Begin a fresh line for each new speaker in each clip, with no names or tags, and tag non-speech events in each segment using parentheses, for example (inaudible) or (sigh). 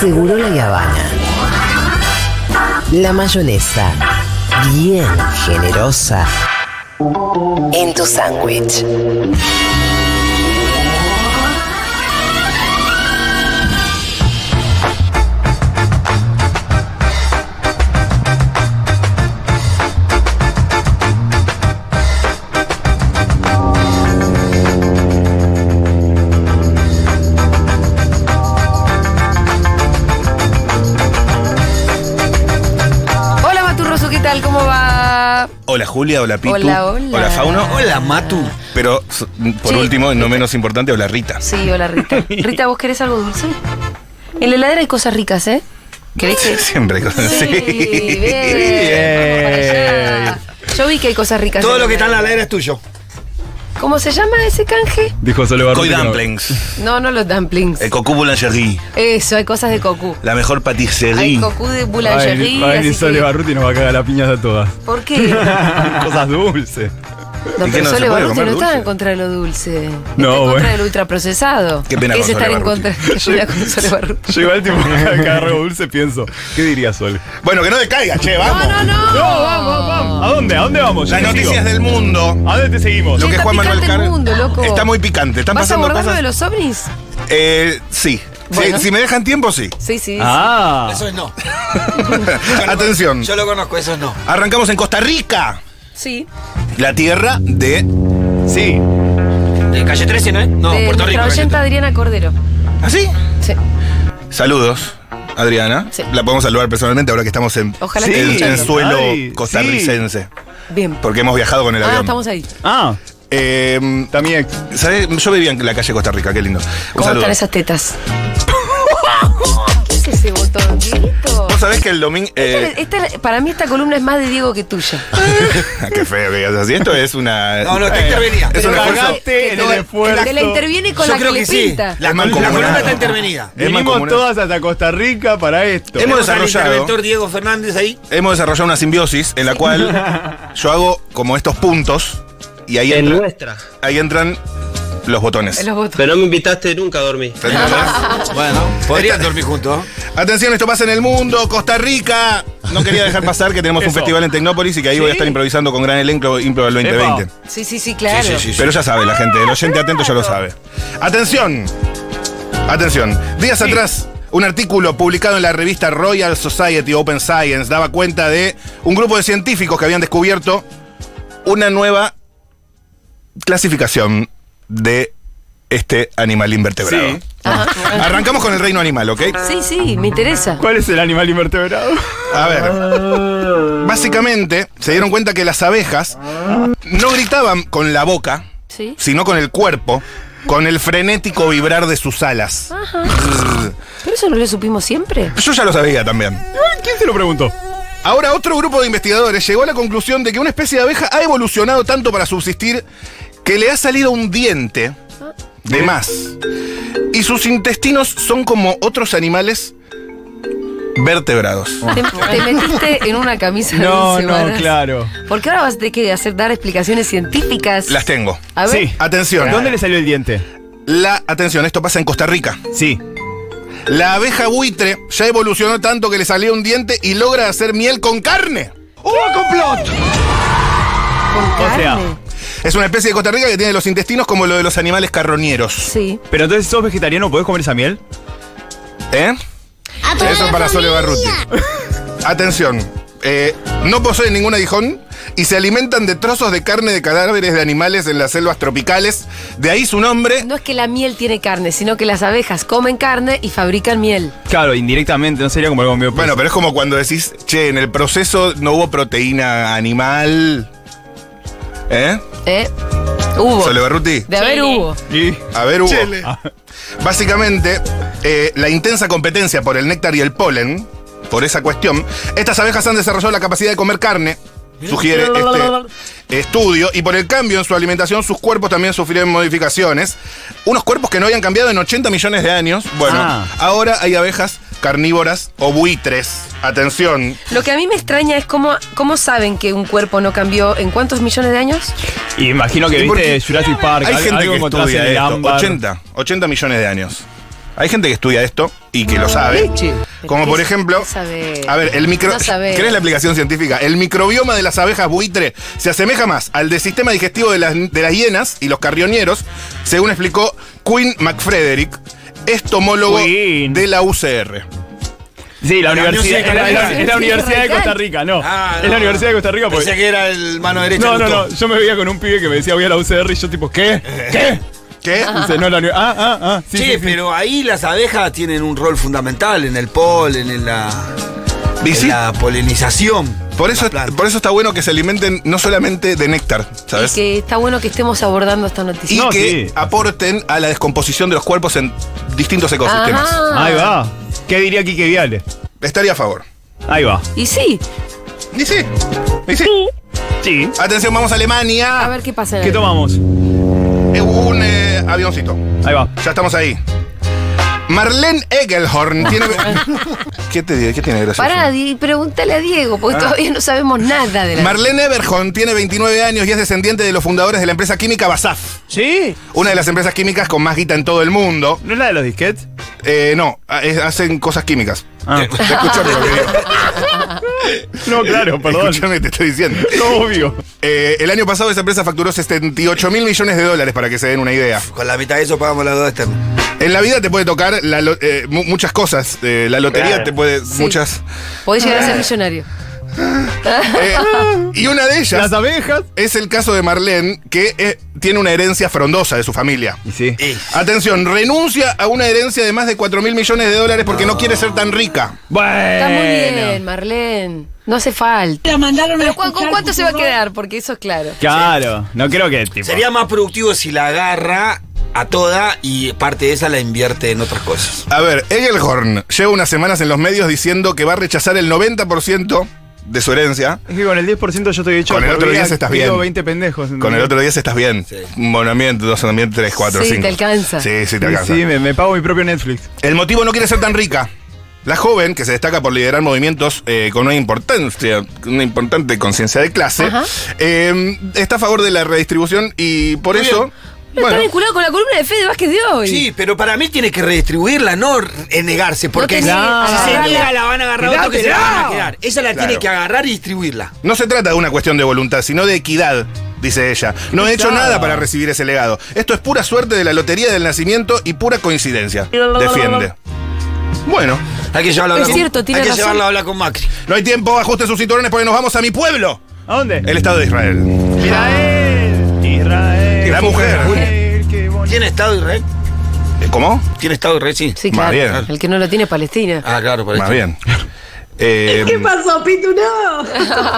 Caburola y Habana. La mayonesa, bien generosa, en tu sándwich.
Hola Maturroso, ¿qué tal? ¿Cómo va?
Hola Julia, hola Pitu.
Hola, hola.
Fauno. Hola Matu. Pero s- por
Sí.
último, y no menos importante, hola Rita.
Sí, hola Rita. Rita, ¿vos querés algo dulce? En la heladera hay cosas ricas, ¿eh? ¿Querés
(laughs)
que...?
(laughs) Siempre con
Sí, bien.
Bien.
Vamos para allá. Yo vi que hay cosas ricas.
Todo
en
lo
la
que está en la
heladera.
ladera es tuyo.
¿Cómo se llama ese canje?
Dijo Sole Barreto.
Coy
que no.
Dumplings,
No, no los dumplings.
el Cocu Boulangerie,
Eso, hay cosas de cocú.
la mejor
Hay
patisserie.
cocú de
Va a venir- va a
boulangerie.
venir
así
Sole
que-
Barruti y nos va a cagar las piñas a (laughs) todas.
¿Por qué?
Cosas dulces.
No,
¿Y qué
pero
no se
Sole
puede
Barruti
comer
no está
dulce?
en contra de lo dulce.
No,
está en
bueno.
contra del ultraprocesado.
Qué pena
Que
con
es
Sole
estar en
Barruti.
contra de la con Sole Barruti.
Llegó el tipo (laughs) que agarra dulce, pienso. ¿Qué diría Sole?
Bueno, que no decaiga, che, vamos.
No, no, no.
No, vamos, vamos. ¿A dónde? ¿A dónde vamos? Yo
Las
te sigo.
noticias del mundo.
¿A dónde te seguimos?
Lo
Che,
que
está
Juan Manuel
picante el
Carr-
mundo, loco.
Está muy picante. Están
¿Vas a
pasando
abordar lo de
cosas.
los ovnis?
Eh, sí.
Bueno.
Si, si me dejan tiempo, sí.
Sí, sí.
Ah.
Eso es no.
(laughs) Atención.
Yo lo conozco, eso es no.
Arrancamos en Costa Rica,
Sí.
la tierra de
Sí.
De Eh, calle 13, ¿no es? No,
de
Puerto Rico.
nuestra
calle
oyenta Adriana Cordero.
¿Así?
Sí.
Saludos, Adriana.
Sí.
La podemos saludar personalmente ahora que estamos en,
Ojalá
en-
esté
en
escuchando.
suelo
Ay,
costarricense.
Bien.
Porque hemos viajado con el
Ah,
avión.
estamos ahí.
Ah.
Eh,
También.
¿sabés? Yo vivía en la calle Costa Rica, qué lindo. Un
¿Cómo
saludo.
están esas tetas? ¿Qué es ese botoncito?
Vos sabés que el domingo. eh,
Esta- esta- para mí esta columna es más de Diego que tuya.
(laughs) qué feo que digas así. Esto es una.
No, no, está
eh,
intervenida.
Es un
Pero
esfuerzo.
que- que
en
te
el
la-
esfuerzo.
Te la interviene con
Yo
la
creo que sí.
clepita.
La
La, col- la
mancomunada.
columna está intervenida.
Es
Vinimos
mancomunado.
todas hasta Costa Rica para esto.
Hemos
Tenemos al
desarrollado.
interventor Diego Fernández ahí.
Hemos desarrollado una simbiosis en la
(laughs)
cual yo hago como estos puntos y ahí,
En
entra-
nuestra.
ahí entran los botones.
En los botones.
Pero no me invitaste nunca a dormir.
¿Entendés?
Bueno, podrían dormir juntos.
Atención, esto pasa en el mundo, Costa Rica. No quería dejar pasar que tenemos un
Eso.
festival en Tecnópolis y que ahí voy a
Sí.
estar improvisando con gran elenco Impro del 2020.
Epa.
Sí, sí, sí, claro.
Pero ya sabe la gente, el oyente atento ya lo sabe. Atención, atención. Días atrás, un artículo publicado en la revista Royal Society Open Science daba cuenta de un grupo de científicos que habían descubierto una nueva clasificación de este animal invertebrado.
Sí.
Ajá.
Arrancamos con el reino animal, ¿ok?
Sí, sí, me interesa.
¿Cuál es el animal invertebrado?
A ver. Básicamente, se dieron cuenta que las abejas no gritaban con la boca,
Sí.
sino con el cuerpo, con el frenético vibrar de sus alas.
Pero eso no lo supimos siempre.
Yo ya lo sabía también.
(laughs) ¿Quién se lo preguntó?
Ahora, otro grupo de investigadores llegó a la conclusión de que una especie de abeja ha evolucionado tanto para subsistir que le ha salido un diente de más. Y sus intestinos son como otros animales vertebrados.
Te, te metiste en una camisa
No,
de once
no,
varas.
claro.
Porque ahora vas a tener que hacer, dar explicaciones científicas.
Las tengo.
A ver.
Sí.
Atención.
¿Dónde le salió el diente?
La atención, esto pasa en Costa Rica.
Sí.
La abeja buitre ya evolucionó tanto que le salió un diente y logra hacer miel con carne.
¡Hubo complot!
Con
O sea,
carne.
Es una especie de Costa Rica que tiene los intestinos como lo de los animales carroñeros.
Sí.
Pero entonces, ¿sos vegetariano? ¿Podés comer esa miel?
¿Eh? Eso es para Sole Barruti. Atención. eh, no poseen ningún aguijón y se alimentan de trozos de carne de cadáveres de animales en las selvas tropicales. De ahí su nombre.
No es que la miel tiene carne, sino que las abejas comen carne y fabrican miel.
Claro, indirectamente, no sería como algo medio pues,
Bueno, pero es como cuando decís, che, en el proceso no hubo proteína animal. ¿Eh?
¿Eh? Hubo.
Sole Barruti.
De haber hubo.
Y-
A ver, Hugo.
Chele.
Básicamente, eh, la intensa competencia por el néctar y el polen, por esa cuestión, estas abejas han desarrollado la capacidad de comer carne, sugiere este estudio, y por el cambio en su alimentación, sus cuerpos también sufrieron modificaciones. Unos cuerpos que no habían cambiado en 80 millones de años. Bueno,
Ah.
ahora hay abejas carnívoras o buitres. Atención.
Lo que a mí me extraña es cómo, cómo saben que un cuerpo no cambió en cuántos millones de años.
y imagino que
¿Y por qué?
viste Jurassic Park.
Hay
al-
gente
algo
que
encontrás
estudia
en el
esto.
ámbar.
80, 80 millones de años. Hay gente que estudia esto y que lo sabe.
Leche.
Como
¿Qué
por
es-
ejemplo,
qué saber?
a ver, el micro,
No saber.
¿querés la aplicación científica? El microbioma de las abejas buitre se asemeja más al del sistema digestivo de las, de las hienas y los carrioneros, según explicó Quinn McFrederick, estomólogo
Quinn.
de la UCR.
Sí, la
La
universidad.
Universidad de
Es la,
Costa
es la-
Rica.
es la
Sí,
Universidad de
radical.
Costa Rica, no.
Ah,
Es la
no.
Universidad de Costa Rica
Pensé
porque.
que era el mano derecha.
pues- No, no,
Lutó.
no. Yo me veía con un pibe que me decía voy a la UCR y yo tipo, ¿qué? ¿Qué?
¿Qué?
Dice, no, la uni- Ah, ah, ah. Sí,
che,
sí, sí.
pero ahí las abejas tienen un rol fundamental en el polen, en la,
Y
en
sí,
la polinización.
por
de
eso,
las plantas.
por eso está bueno que se alimenten no solamente de néctar,
Y
¿sabes?
que está bueno que estemos abordando esta noticia.
Y
No,
que
sí.
aporten a la descomposición de los cuerpos en distintos ecosistemas.
Ajá.
Ahí va. ¿Qué diría Quique Viale?
Estaría a favor.
Ahí va.
Y sí.
Y sí, y sí.
Sí.
Atención, vamos a Alemania.
A ver qué pasa. en
¿Qué
el-
tomamos?
Eh, un eh, avioncito.
Ahí va.
Ya estamos ahí. Marlene Egelhorn tiene.
(laughs)
¿Qué te digo? ¿Qué tiene gracia?
Pará, Di- pregúntale a Diego,
Ah.
porque todavía no sabemos nada de la.
Marlene Eberhorn tiene 29 años y es descendiente de los fundadores de la empresa química Basaf,
¿Sí?
una de las empresas químicas con más guita en todo el mundo.
¿No es la de los disquets?
Eh, no, ha- es- hacen cosas químicas.
Ah.
Te
(laughs)
escuchame lo que digo.
No, claro,
(laughs)
perdón.
Escuchame, te estoy diciendo.
Obvio.
Eh, el año pasado esa empresa facturó 78 mil millones de dólares para que se den una idea.
Con la mitad de eso pagamos la deuda externa.
En la vida te puede tocar la lo- eh, mu- muchas cosas. eh, la lotería te puede.
(laughs)
Muchas.
Podés llegar a ser millonario.
Eh, y una de ellas
Las abejas.
es el caso de Marlene, que eh, tiene una herencia frondosa de su familia.
Y sí.
Y-
Atención, renuncia a una herencia de más de 4 mil millones de dólares porque no quiere ser tan rica.
Bueno.
Está muy bien, Marlene. No hace falta.
La mandaron
Pero
a
¿cu- ¿con
escuchar
cuánto se va a
Futuro.
quedar? Porque eso es claro.
Claro. No creo que tipo.
Sería más productivo si la agarra a toda y parte de esa la invierte en otras cosas.
A ver, Egelhorn lleva unas semanas en los medios diciendo que va a rechazar el 90% de su herencia.
Es que con el 10% yo estoy hecho.
Con el
por
otro
vida,
10 estás
crío
bien.
20 pendejos.
Con el otro 10 estás bien.
Sí.
Un monamiento, dos monamientos, tres, cuatro,
Sí,
cinco.
te alcanza.
Sí, sí, te
Y
alcanza.
Sí, me, me pago mi propio Netflix.
El motivo no quiere ser tan rica. La joven, que se destaca por liderar movimientos eh, con una importancia, una importante conciencia de clase,
Ajá.
eh, está a favor de la redistribución y por
Muy
eso.
bien.
Pero está vinculado con la columna de Fede Vázquez de hoy.
Sí, pero para mí tiene que redistribuirla, no re- negarse, porque
No
Ah. si
tenés-
si se
agarrala.
niega la van a agarrar otro que se la van a
Quedátela.
quedar. Ella la
Claro.
tiene que agarrar y distribuirla.
No se trata de una cuestión de voluntad, sino de equidad, dice ella. No he hecho
pesada.
nada para recibir ese legado. Esto es pura suerte de la lotería del nacimiento y pura coincidencia. Defiende. Bueno,
Hay que llevarla a hablar
Es
con-
cierto, tiene
Hay que
razón.
llevarla a hablar con Macri.
no hay tiempo, ajusten sus cinturones porque nos vamos a mi pueblo,
¿A dónde?
el Estado de Israel.
Israel. Israel.
La mujer.
Israel, qué bonito.
¿Tiene Estado Israel?
¿Cómo?
¿Tiene Estado Israel? Sí.
Sí,
Más
claro.
bien.
El que no lo tiene es Palestina.
Ah, claro, por
Más
eso. (laughs)
bien. Eh,
¿Qué pasó, Pitu? No.
(laughs)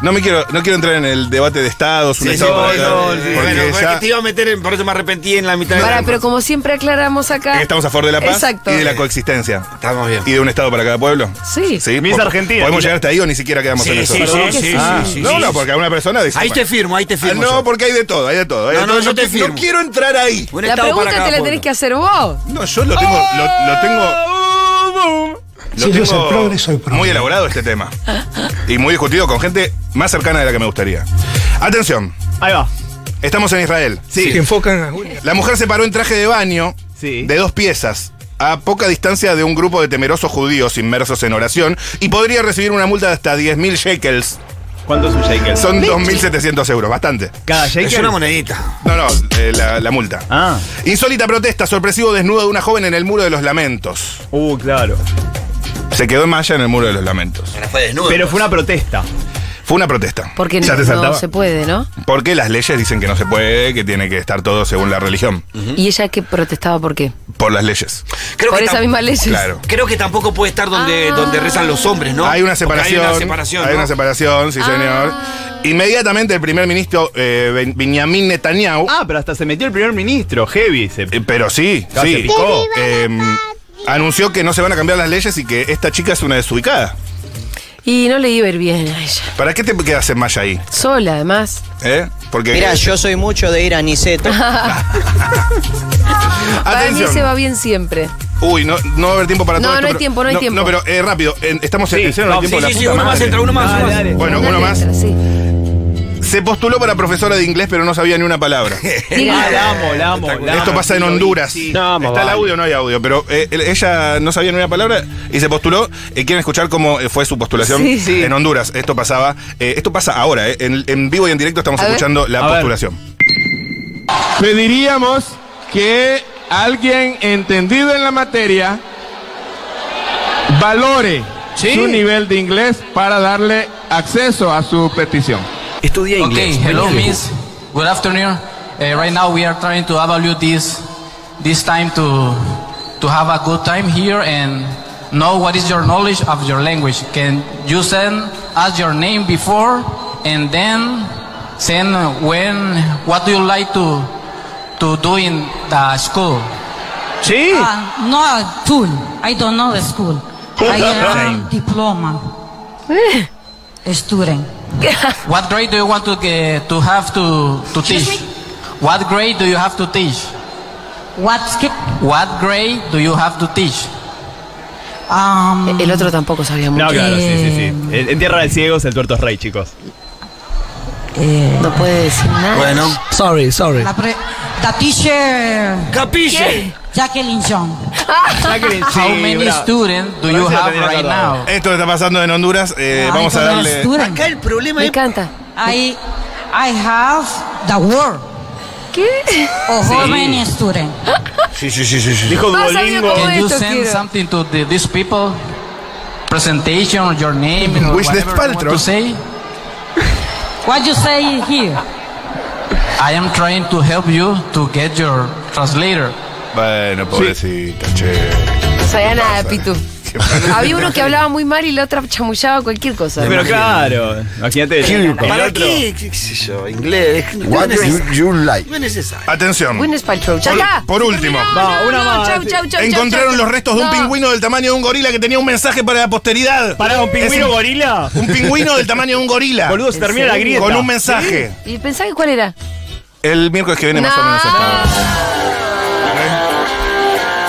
No me quiero, no quiero entrar en el debate de estados, un
Sí, sí,
estado para
no,
acá,
no, sí,
eh, porque
bueno, porque
ya
te iba a meter en, por eso me arrepentí en la mitad de
Para,
la-
pero como siempre aclaramos acá.
estamos a favor de la paz
Exacto.
y de la coexistencia.
Estamos bien.
Y de un estado para cada pueblo.
Sí.
Miss
po-
Argentina.
¿Podemos
Mira-
llegar hasta ahí o ni siquiera quedamos
Sí,
en eso?
sí, sí,
Perdón.
sí, sí,
Ah.
sí, sí,
no,
sí.
no, porque alguna persona dice.
Ahí te firmo, ahí te
Ah,
firmo.
no,
yo.
porque hay de todo, hay de todo. hay de
No, no,
todo.
yo te firmo.
quiero entrar ahí.
Un
La
estado para
pregunta
cada
te la tenés
pueblo.
que hacer vos.
No, yo lo tengo. Lo, lo tengo. Lo
Si yo soy
tengo
progre, soy progre.
Muy elaborado este tema. Y muy discutido con gente más cercana de la que me gustaría. Atención,
Ahí va.
estamos en Israel.
Sí.
Que enfocan a Julia.
La mujer se paró en traje de baño
Sí.
de dos piezas a poca distancia de un grupo de temerosos judíos inmersos en oración y podría recibir una multa de hasta 10.000 shekels.
¿Cuántos son shakers?
Son 2.700 euros, bastante.
Cada
Es
shaker.
una monedita.
No, no, eh, la, la multa.
Ah.
Insólita protesta, sorpresivo desnudo de una joven en el Muro de los Lamentos.
Uh, claro.
Se quedó en malla en el Muro de los Lamentos.
Ahora fue desnudo.
Pero fue una protesta.
Fue una protesta.
Porque
¿Ya
no,
te saltaba?
no se puede, ¿no?
Porque las leyes dicen que no se puede, que tiene que estar todo según la religión.
Y ella que protestaba por qué.
Por las leyes.
Creo
por
que
esa
tam-
misma ley.
Claro.
Creo que tampoco puede estar donde,
Ah.
donde rezan los hombres, ¿no?
Hay una
Porque
separación.
Hay una separación.
hay
¿no?
una separación, sí, señor.
Ah.
Inmediatamente el primer ministro eh, Ben- Benjamin Netanyahu.
Ah, pero hasta se metió el primer ministro. Heavy. Se...
eh, pero sí,
Ya se
sí.
picó.
eh, anunció que no se van a cambiar las leyes y que esta chica es una desubicada.
Y no le iba a ir bien a ella.
¿Para qué te quedas en Maya ahí?
Sola, además.
¿Eh? Porque.
Mira, yo soy mucho de ir a
(laughs)
(laughs)
Niceto.
Para mí
Atención.
se va bien siempre.
Uy, no, no va a haber tiempo para
No,
todo esto,
no hay
pero-
tiempo, no hay tiempo.
No, pero eh, rápido. en- estamos en,
Sí,
en serio, no hay
vamos.
tiempo.
Sí,
la
sí, sí,
puta
uno más
madre.
entra, uno más.
Ah,
uno más.
dale.
Bueno,
Una
uno más.
letra, sí.
Se postuló para profesora de inglés, pero no sabía ni una
(laughs)
palabra.
Ah,
Diga,
la amo,
eh,
la amo. la
Esto
amo.
pasa en Honduras.
No, mamá.
Está el audio o no hay audio, pero eh, el- ella no sabía ni una palabra y se postuló. Eh, ¿Quieren escuchar cómo eh, fue su postulación
Sí. Sí.
en Honduras? Esto pasaba, eh, esto pasa ahora, eh. en, en vivo y en directo estamos
A ver.
escuchando la
A ver.
postulación.
Pediríamos que alguien entendido en la materia valore su nivel de inglés para darle acceso a su petición.
Estudia inglés.
Okay, hello,
Buenísimo.
Miss. Good afternoon. Uh, right now, we are trying to evaluate this this time to to have a good time here and know what is your knowledge of your language. Can you send us your name before and then send when what do you like to to do in the school?
Sí.
Uh, no school. I don't know the school. I
(laughs)
am diploma
Eh,
student.
What grade do you want to get, to have to to
Excuse
teach?
me?
What grade do you have to teach?
What's ca-
What grade do you have to teach?
um,
El otro tampoco sabía
No,
mucho.
claro, sí, sí, sí. En en tierra de ciegos el tuerto es rey, chicos.
eh,
No puede decir nada.
Bueno,
Sorry, sorry.
la pre- the teacher
capiche.
Jacqueline John.
Jacqueline,
How
sí,
many
bravo.
students do
Parece
you
que la
have
tenía
right
acordada.
now?
Esto que está pasando en Honduras, eh,
I
vamos a
don't know
darle...
student.
Acá el problema
Me
es.
encanta.
I I have the word
¿Qué?
of how many student.
Sí, sí, sí, sí, sí.
Dijo
No sabía
Duolingo.
cómo-
Can you
Oh, esto
send
quiero.
something to the, these people? Presentation, or your name, or
Wish
whatever
Death
you want
Paltrow.
to say.
What you say here?
I am trying to help you to get your translator.
Bueno, pobrecita, che.
No sabía nada, Pitu.
(laughs) Qué mal.
Había uno que hablaba muy mal y la otra chamullaba cualquier cosa.
Pero claro, imagínate. el- el
¿Para
otro.
qué? ¿Qué sé yo? Inglés. No
What
es
you,
necesario.
you like?
No es necesario.
Atención.
Winner Paltrow. Ya
Por-
está.
por último.
Va, una más.
Chau, chau, chau,
Encontraron
chau, chau.
los restos de un
No.
pingüino del tamaño de un gorila que tenía un mensaje para la posteridad.
Pará, un
Es
pingüino gorila.
Un pingüino del tamaño de un gorila.
Boludo, se termina la grieta.
Con un mensaje.
¿Y pensá que cuál era?
El miércoles que viene más o menos.
No.
esta hora.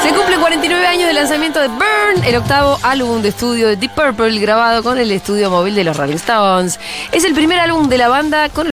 Se cumplen 49 años del lanzamiento de Burn, el octavo álbum de estudio de Deep Purple grabado con el estudio móvil de los Rolling Stones. Es el primer álbum de la banda con el